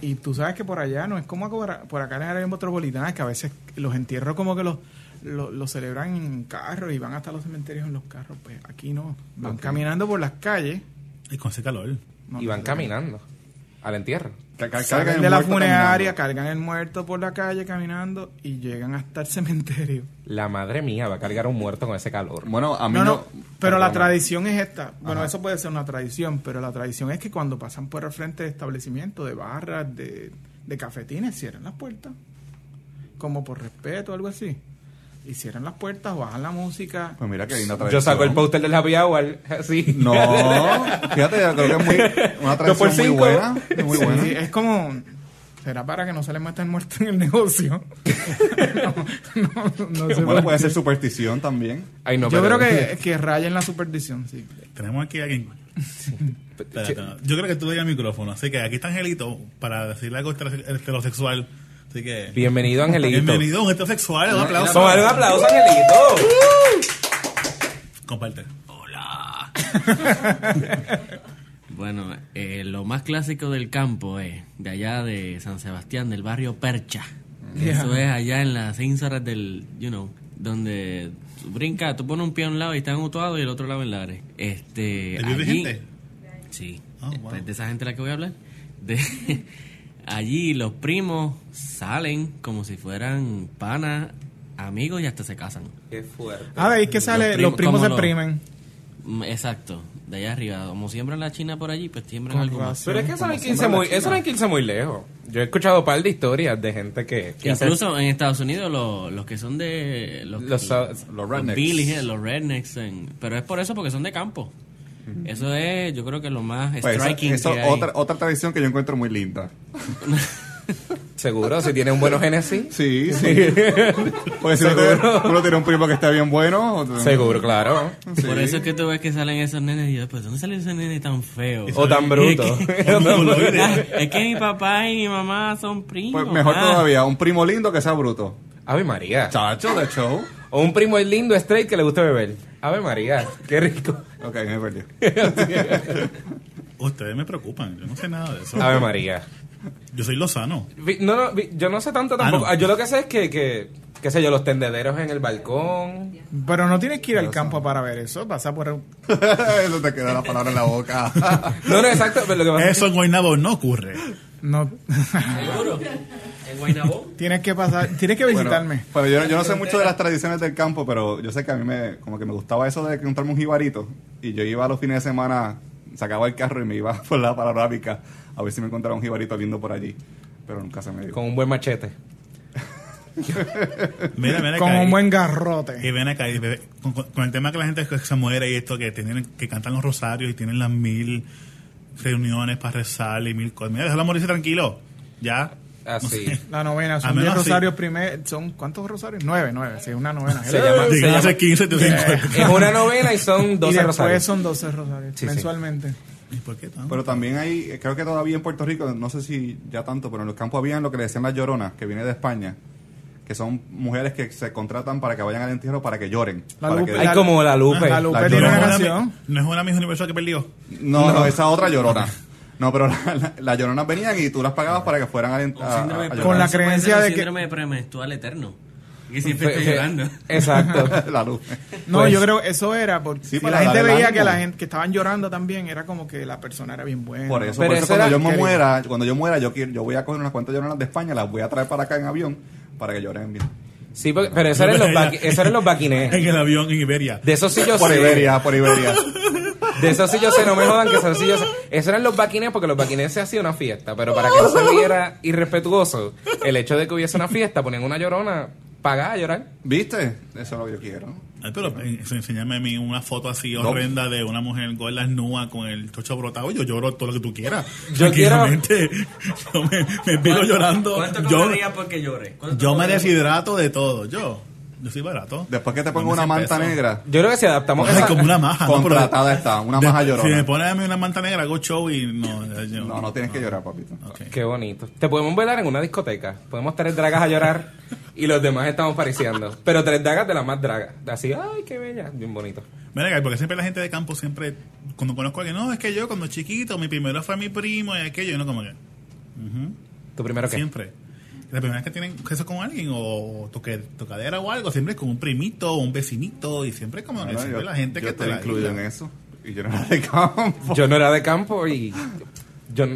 Y tú sabes que por allá no es como acá- por acá en el área metropolitana, que a veces los entierros como que los, los, los celebran en carros y van hasta los cementerios en los carros. Pues aquí no. Van
Ok.
caminando por las calles.
Y con ese calor.
Y van caminando al entierro.
Salen de la funeraria, cargan el muerto por la calle caminando y llegan hasta el (laughs) cementerio.
La madre mía va a cargar a un muerto con ese calor.
Bueno, a
No, no, pero la tradición es esta. Bueno,
Ajá.
eso puede ser una tradición, pero la tradición es que cuando pasan por el frente de establecimientos, de barras, de, de cafetines, cierran las puertas. Como por respeto o algo así. Y cierran las puertas, bajan la música.
Pues mira qué linda tradición.
Yo saco el póster del happy hour, (laughs) así.
No, fíjate, yo creo que es muy, una
Dos
tradición
por
muy
cinco.
buena.
(laughs)
Muy
Sí,
buena.
es como... ¿Será para que no se le meta el muerto en el negocio? (laughs) no, no, no sé
bueno,
por
puede
qué.
ser superstición también.
Yo creo
(laughs)
que, que raya en la superstición, sí.
Tenemos aquí a alguien. Espérate, no. Yo creo que tú le das el micrófono. Así que aquí está Angelito para decirle algo heter- heterosexual. Así que.
Bienvenido, Angelito.
Bienvenido, a un heterosexual. Un aplauso.
Tómale un aplauso, Angelito.
Comparte.
Bueno, eh, lo más clásico del campo es de allá de San Sebastián, del barrio Percha.
Yeah.
Eso es allá en las ínsulas del, you know, donde tú brinca, tú pones un pie a un lado y está en Utuado y el otro lado en Lares. Este,
¿Te vive
allí-
gente?
Sí.
Ah, wow.
Pues, de esa gente de la que voy a hablar. De- (laughs) allí los primos salen como si fueran panas, amigos y hasta se casan.
Qué fuerte.
Ah, veis que sale, los primos se primen.
primen. Mm, Exacto, de allá arriba. Como siembran la China por allí, pues siembran
Con
algo más.
razón.
Pero es que eso no hay que irse
Como
muy,
siembran
eso no
la
hay que irse muy lejos. Yo he escuchado un par de historias de gente que, que
China. Incluso en Estados Unidos lo- los que son de... Los,
Los- los rednecks.
Billies, eh, los rednecks. en- pero es por eso, porque son de campo. Eso es, yo creo que lo más
Pues eso-
striking
eso
que
es
hay.
otra, otra tradición que yo encuentro muy linda.
(laughs) Seguro, si tienes un buen genes, sí. (laughs)
Sí, sí. Pues si uno
Seguro.
tiene- uno tiene un primo que está bien bueno. otro-
Seguro, claro.
Sí.
Por eso es que tú ves que salen esos nenes y yo, pues, ¿dónde salió ese nene tan feo?
O tan bruto.
Es que, (laughs)
O (laughs) tan bruto.
Ah, es que mi papá y mi mamá son primos.
Pues mejor
ah.
todavía, un primo lindo que sea bruto.
Ave María.
Chacho, de show.
O un primo lindo straight que le gusta beber. Ave María, qué rico.
Ok, me perdí.
(laughs) Ustedes me preocupan, yo no sé nada de eso.
Ave María.
Yo soy Lozano.
Vi- No, no, vi- yo no sé tanto tampoco.
Ah,
Ah,
no.
Yo lo que sé es que, que, qué sé yo, los tendederos en
(laughs)
el balcón.
Pero no tienes que ir al campo para ver eso. Pasa por un...
eso te queda la palabra en la boca.
(laughs) no, no, exacto. Pero lo que
Eso en Guaynabo no ocurre.
No.
¿Seguro? ¿En Guaynabó?
tienes que pasar, tienes que visitarme.
Bueno, pues yo, yo no sé mucho de las tradiciones del campo, pero yo sé que a mí me, como que me gustaba eso de encontrarme un jibarito. Y yo iba los fines de semana, sacaba el carro y me iba (laughs) por la panorámica a ver si me encontraba un jibarito lindo por allí. Pero nunca se me dio.
Con un buen machete.
Mira, mira
Con
acá,
un
y-
buen garrote.
Y ven acá, y ve- con, con- con el tema que la gente que se muere y esto, que tienen que cantan los rosarios y tienen las mil reuniones para rezar y mil cosas. Mira, déjalo morirse tranquilo. Ya.
Ah,
Así.
La novena,
Al
son
menos
10
así.
rosarios primer, son ¿cuántos rosarios? Nueve, nueve, sí, una novena.
Se llama- se llama-
hace 15, te
Es una novena y son 12
y después
rosarios.
son 12 rosarios,
Sí, sí.
mensualmente.
¿Y por qué tanto?
Pero también hay, eh, creo que todavía en Puerto Rico, no sé si ya tanto, pero en los campos habían lo que le decían las lloronas, que viene de España, que son mujeres que se contratan para que vayan al entierro para que lloren.
La
para
Lupe-
que-
Ay, la- como la Lupe. la Lupe tiene
llorona.
una
No es
canción.
una- No es una misma universal que perdió.
No, no, esa
(laughs)
otra llorona. No, pero la- la- las lloronas venían y tú las pagabas para que fueran a, a-
Síndrome
a
de
Ah,
llorar.
Con la
Eso puede
creencia
ser un
de que-
síndrome premenstrual eterno. Que
(laughs)
siempre
Fe-
estoy
fe-
llorando. (laughs)
(laughs)
Exacto.
la luz.
No,
Pues-
yo creo que eso era porque si
para
la gente
darle
veía
ánimo.
que la gente que estaban llorando también era como que la persona era bien buena.
Por eso,
Pero
por eso
eso era-
cuando yo me
querido.
muera, cuando yo muera, yo quiero, yo voy a coger unas cuantas lloronas de España, las voy a traer para acá en avión para que lloren bien.
Sí, porque- pero eso eran los, baqui- eso eran los baquines.
En el avión en Iberia.
De eso sí yo
Por
sé.
Iberia, por Iberia.
De eso sí yo sé, no me jodan que eso sí yo sé. Eso eran los baquines porque los baquines se hacía una fiesta, pero para que no se viera irrespetuoso el hecho de que hubiese una fiesta, ponían una llorona pagada a llorar.
¿Viste? Eso es lo que yo quiero.
Ay, pero eh, eso, enséñame a mí una foto así horrenda de una mujer gorda nua con el chocho brotado. Yo lloro todo lo que tú quieras.
Yo quiero-
Tranquilamente. (laughs) Yo me, me veo llorando.
¿Cuánto
Yo,
cobraría porque llore? ¿Cuánto
yo me
cobraría?
deshidrato de todo. Yo. Yo soy barato.
Después que te pongo
Dame
una
100
manta
pesos.
negra,
Yo creo que si adaptamos
Ay,
esa-
como una maja. ¿no? Pero-
contratada está, una maja
de- Si me
llorona.
pones a mí una manta negra, hago show y no. ya yo-
No, no tienes que llorar, papito.
Ok.
Qué bonito. Te podemos velar en una discoteca. Podemos tres dragas a llorar y los demás estamos pariciando. Pero tres dragas de las más dragas. Así, ay, qué bella. Bien bonito.
Mira, Gaby, porque siempre la gente de campo, siempre, cuando conozco a alguien, no, es que yo cuando chiquito, mi primero fue mi primo y aquello, y uno como que, ujú,
¿Tu primero qué?
siempre. La primera vez que tienen eso con alguien, o toque, tocadera o algo, siempre es con un primito o un vecinito, y siempre como que
Bueno,
siempre
yo-
la gente
yo
que te
estoy
la
incluido en
isla.
eso. Y yo no era de campo.
Yo no era de campo y... Yo...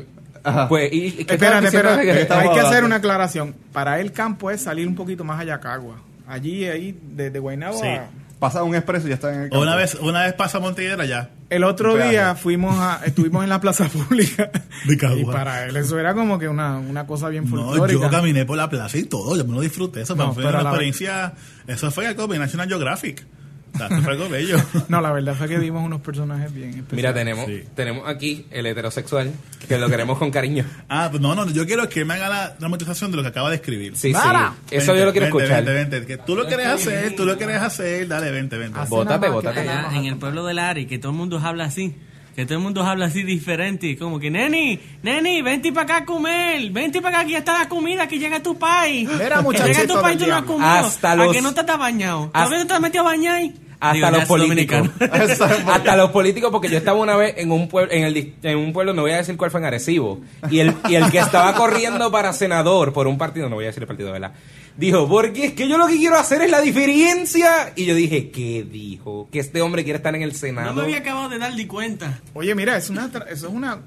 Pues, y... ¿qué estabas
Espérate,
diciendo?
espérate.
Que-
Hay que hacer
hablando.
una aclaración. Para el campo es salir un poquito más allá a Cagua. Allí, ahí, desde Guaynabo
Sí.
a-
Pasa un expreso y ya está en el campo.
Una vez, una vez pasa Montellera ya.
El otro
Peaje.
día fuimos a, estuvimos en la plaza (laughs) pública.
De Cagua.
Y para él eso era como que una, una cosa bien
No, yo
folclórica.
caminé por la plaza y todo, yo me lo disfruté, eso
No,
fue
pero
una
la-
experiencia, eso fue algo de National Geographic, O sea, eso fue algo bello.
(laughs) no, la verdad fue que vimos unos personajes bien especiales.
Mira, tenemos,
Sí.
tenemos aquí el heterosexual, que lo queremos con cariño.
Ah, pues no, no, yo quiero que me haga la dramatización de lo que acaba de escribir.
Sí,
Para.
sí. Eso yo lo quiero
Vente,
escuchar.
Vente, vente, que tú lo quieres hacer, tú lo quieres hacer, dale, vente, vente.
Hace
Bótate,
nada más
bótate.
que-
Allá en el pueblo del Ari, que todo el mundo habla así. Que todo el mundo habla así diferente. y Como que, neni, neni, vente para acá a comer. Vente para acá, aquí está la comida que llega a tu país.
Mira,
que llega a
muchachito
tu país y tú
del
no has
diablo.
comido.
Hasta
¿A
los-
que no te has bañado?
Hasta-
¿Todavía no te has metido a bañar?
Hasta
(laughs) Digo,
los
"That's
políticos.
dominicano".
(laughs)
Hasta los políticos, porque yo estaba una vez en un pueblo, en, el, dis- en un pueblo, no voy a decir cuál fue en Arecibo, y el, y el que estaba corriendo para senador por un partido, no voy a decir el partido, ¿verdad? Dijo, porque es que yo lo que quiero hacer es la diferencia. Y yo dije, ¿qué dijo? Que este hombre quiere estar en el Senado.
No me había acabado de dar ni cuenta.
Oye, mira, es una, tra- eso es una...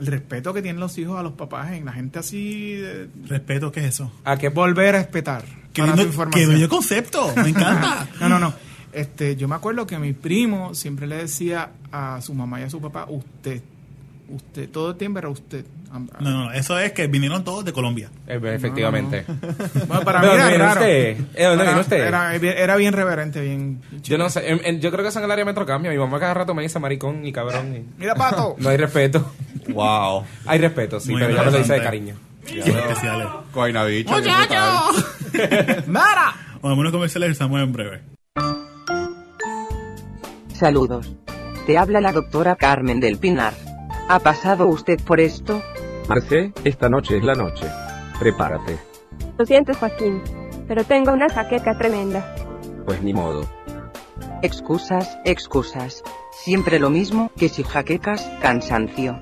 El respeto que tienen los hijos a los papás en la gente así... de-
Respeto, ¿qué es eso?
¿A qué po-
volver a respetar.
Qué
para tu
lindo, qué
información.
bello concepto, me encanta.
(laughs) No, no, no. Este, yo me acuerdo que mi primo siempre le decía a su mamá y a su papá, usted. Usted, todo el tiempo era usted. Am-
No, no, eso es que vinieron todos de Colombia.
Eh, pues, Efectivamente.
Bueno,
(laughs)
(laughs)
para mí
Pero
era
mire
raro.
usted, ¿eh, dónde
Era-
viene usted?
Era, era bien reverente, bien...
Yo no sé, en- en- yo creo que eso en el área metro cambia. Mi mamá cada rato me dice maricón y cabrón. y-
Mira, pato.
(laughs) No hay respeto.
Wow.
Hay respeto, sí, pero ya me lo dice de cariño.
Coinabicho.
(laughs)
¡Mara!
Bueno, unos comerciales estamos en breve.
Saludos. Te habla la doctora Carmen del Pinar. ¿Ha pasado usted por esto?
Marce, esta noche es la noche. Prepárate.
Lo siento, Joaquín, pero tengo una jaqueca tremenda.
Pues ni modo.
Excusas, excusas. Siempre lo mismo que si jaquecas, cansancio,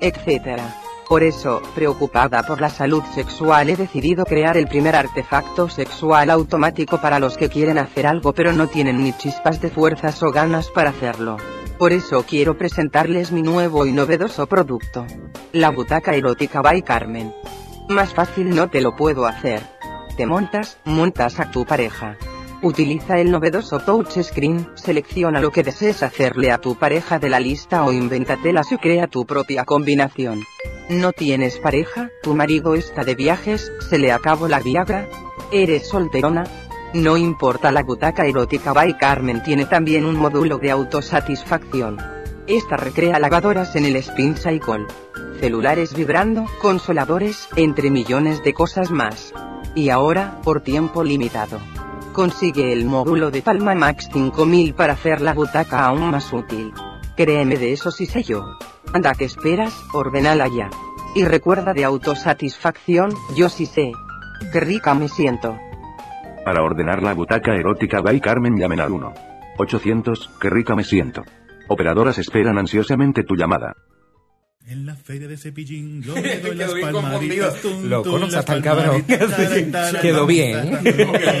etcétera. Por eso, preocupada por la salud sexual, he decidido crear el primer artefacto sexual automático para los que quieren hacer algo pero no tienen ni chispas de fuerzas o ganas para hacerlo. Por eso quiero presentarles mi nuevo y novedoso producto. La butaca erótica by Carmen. Más fácil no te lo puedo hacer. Te montas, montas a tu pareja. Utiliza el novedoso touch screen, selecciona lo que desees hacerle a tu pareja de la lista o invéntatela y crea tu propia combinación. ¿No tienes pareja? ¿Tu marido está de viajes? ¿Se le acabó la Viagra? ¿Eres solterona? No importa, la butaca erótica by Carmen tiene también un módulo de autosatisfacción. Esta recrea lavadoras en el Spin Cycle. Celulares vibrando, consoladores, entre millones de cosas más. Y ahora, por tiempo limitado. Consigue el módulo de Palma Max 5000 para hacer la butaca aún más útil. Créeme de eso sí sé yo. Anda que esperas, ordenala ya. Y recuerda de autosatisfacción, yo sí sé. Qué rica me siento.
Para ordenar la butaca erótica by Carmen llamen al 1. 800, qué rica me siento. Operadoras esperan ansiosamente tu llamada.
En la feria de Cepillín, yo le doy las
(laughs) Quedó bien
palmaditas.
confundido.
tun,
Loco,
tun,
no seas
las
tan cabrón. (laughs)
palmaditas,
Sí,
taran,
quedó
taran,
bien.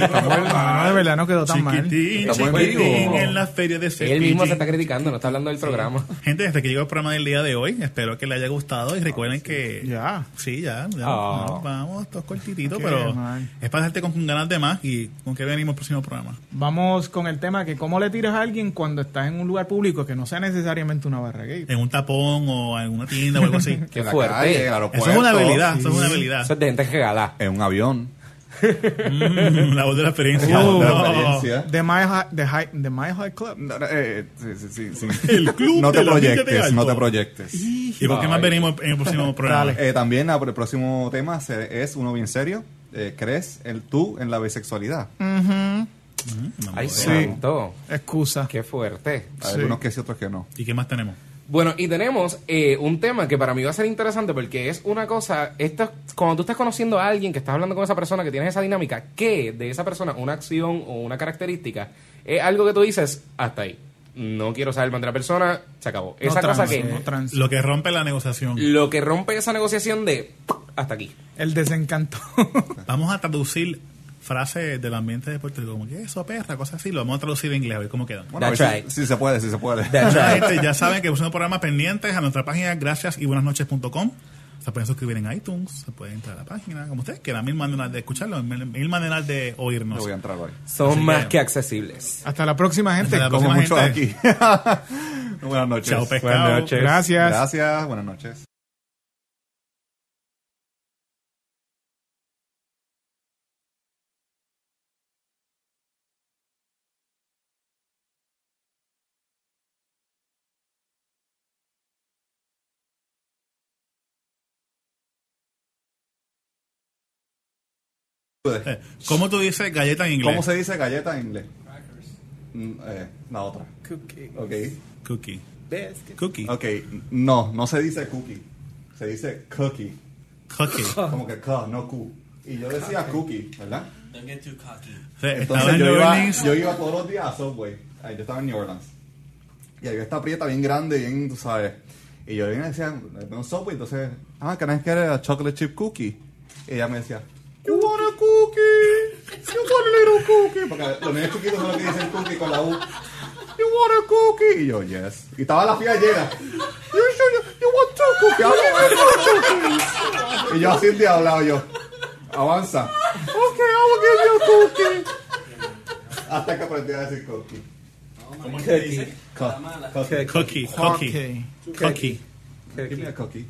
taran, taran.
No, de verdad no quedó tan mal.
Chiquitín,
Estamos en
chiquitín,
vivo.
en la feria de
Él mismo se
Cepillín.
está criticando, no está hablando del programa.
Gente, desde que llegó el programa del día de hoy, espero que les haya gustado y recuerden que... Ya. Sí, ya. ya
Ah.
no, vamos, todos cortititos,
Qué
pero
mal.
es para dejarte con ganas de más y con qué venimos el próximo programa.
Vamos con el tema que cómo le tiras a alguien cuando estás en un lugar público que no sea necesariamente una barra gay.
En un tapón o en una tienda o algo
(laughs)
así.
Qué En la fuerte. calle, en el
Eso es una habilidad, eso es una habilidad.
Eso
es de gente que gala.
En un avión.
(laughs) la voz de la experiencia.
La voz de la
Oh.
experiencia.
The Mile High, the high, the Mile High Club.
No, no, eh, sí, sí, sí, sí.
El club
no te
de la milla de
proyectes, no
alto.
te proyectes.
¿Y por qué más venimos en
(laughs)
el próximo programa?
Eh, también ah, por el próximo tema se- es uno bien serio. Eh, ¿Crees el tú en la bisexualidad?
Ujú.
Ay,
Sí.
santo.
Excusa.
Qué fuerte.
Hay algunos que sí, otros que no.
¿Y qué más tenemos?
Bueno, y tenemos eh, un tema que para mí va a ser interesante porque es una cosa, esto, es- cuando tú estás conociendo a alguien, que estás hablando con esa persona, que tienes esa dinámica, que de esa persona una acción o una característica es algo que tú dices, hasta ahí. No quiero saber más de la persona, se acabó.
No
Esa cosa
transo,
que...
no transo. Lo que rompe la negociación.
Lo que rompe esa negociación de... Hasta aquí.
El desencanto.
(laughs) Vamos a traducir frases del ambiente de Puerto Rico, como que eso, perra, cosas así. Lo vamos a traducir en inglés, a ver cómo quedan.
Bueno, a ver si, si se puede, si se puede.
Nada, gente, ya saben que es un programa pendientes a nuestra página gracias y buenas noches.com. Se pueden suscribir en iTunes, se pueden entrar a la página, como ustedes quieran, mil maneras de escucharlo, mil, mil maneras de oírnos.
Yo voy a entrar hoy.
Son más que accesibles.
Hasta la próxima gente.
Hasta la
Como
próxima,
muchos aquí. (laughs) (laughs)
gente.
buenas noches.
Chao, pescado. Buenas noches.
Gracias.
Gracias, buenas noches.
Eh, ¿Cómo tú dices galleta en inglés?
¿Cómo se dice galleta en inglés? Mm, eh, la otra. Cookie. Ok.
Cookie.
Biscuit.
Cookie.
Ok. No, no se dice cookie. Se dice cookie.
Cookie.
Como que ca, no cu. Y yo decía cookie, ¿verdad?
Don't get too cocky.
Entonces yo iba, yo iba todos los días a Subway. Ahí yo estaba en New Orleans. Y había esta prieta bien grande, bien, tú sabes. Y yo venía y decía, "Dame un Subway, entonces, ah, can I get a chocolate chip cookie? Y ella me decía, You want a cookie? You want a little cookie? Porque los niños chiquitos son los que dicen cookie con la U. You want a cookie? Y yo, yes. Y estaba la fila llena. You sure you, you want two cookies? I'll give you two cookies. Y yo así de hablado yo. Avanza. Ok, I will give you a cookie. Hasta que aprendí a decir cookie. ¿Cómo
Cookie. Cookie. Cookie.
Give me a cookie.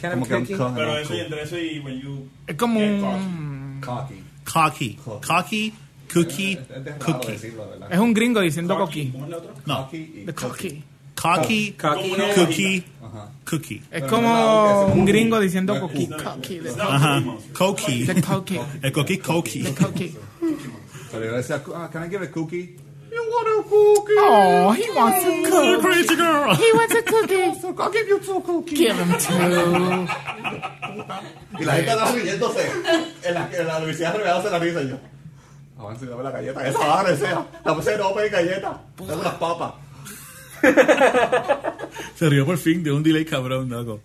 Can I
Como que un
cookie?
cock-
Pero eso y entre eso y when you.
Es como
get
un-
cocky.
Cocky. Cocky, cookie, cookie.
Es un gringo diciendo
Cocky.
coqui.
No.
The coqui.
Cocky,
Cocky.
cookie, cookie, cookie.
Es como un gringo diciendo coqui. Coqui. the-
Ajá. Coqui.
The coqui.
El cookie, coqui.
Pero yo decía, ah, can I give a cookie?
You want a cookie?
Oh, he wants a cookie.
Crazy girl.
He wants a cookie. I'll give you two cookies.
Give him two.
Y la gente estaba riéndose. En la, en la universidad revelándose la risa y yo. Avance y dame la galleta. Esa va a desea. La puse no pedir galleta. Dame las papas.
Se rió por fin de un delay cabrón, loco.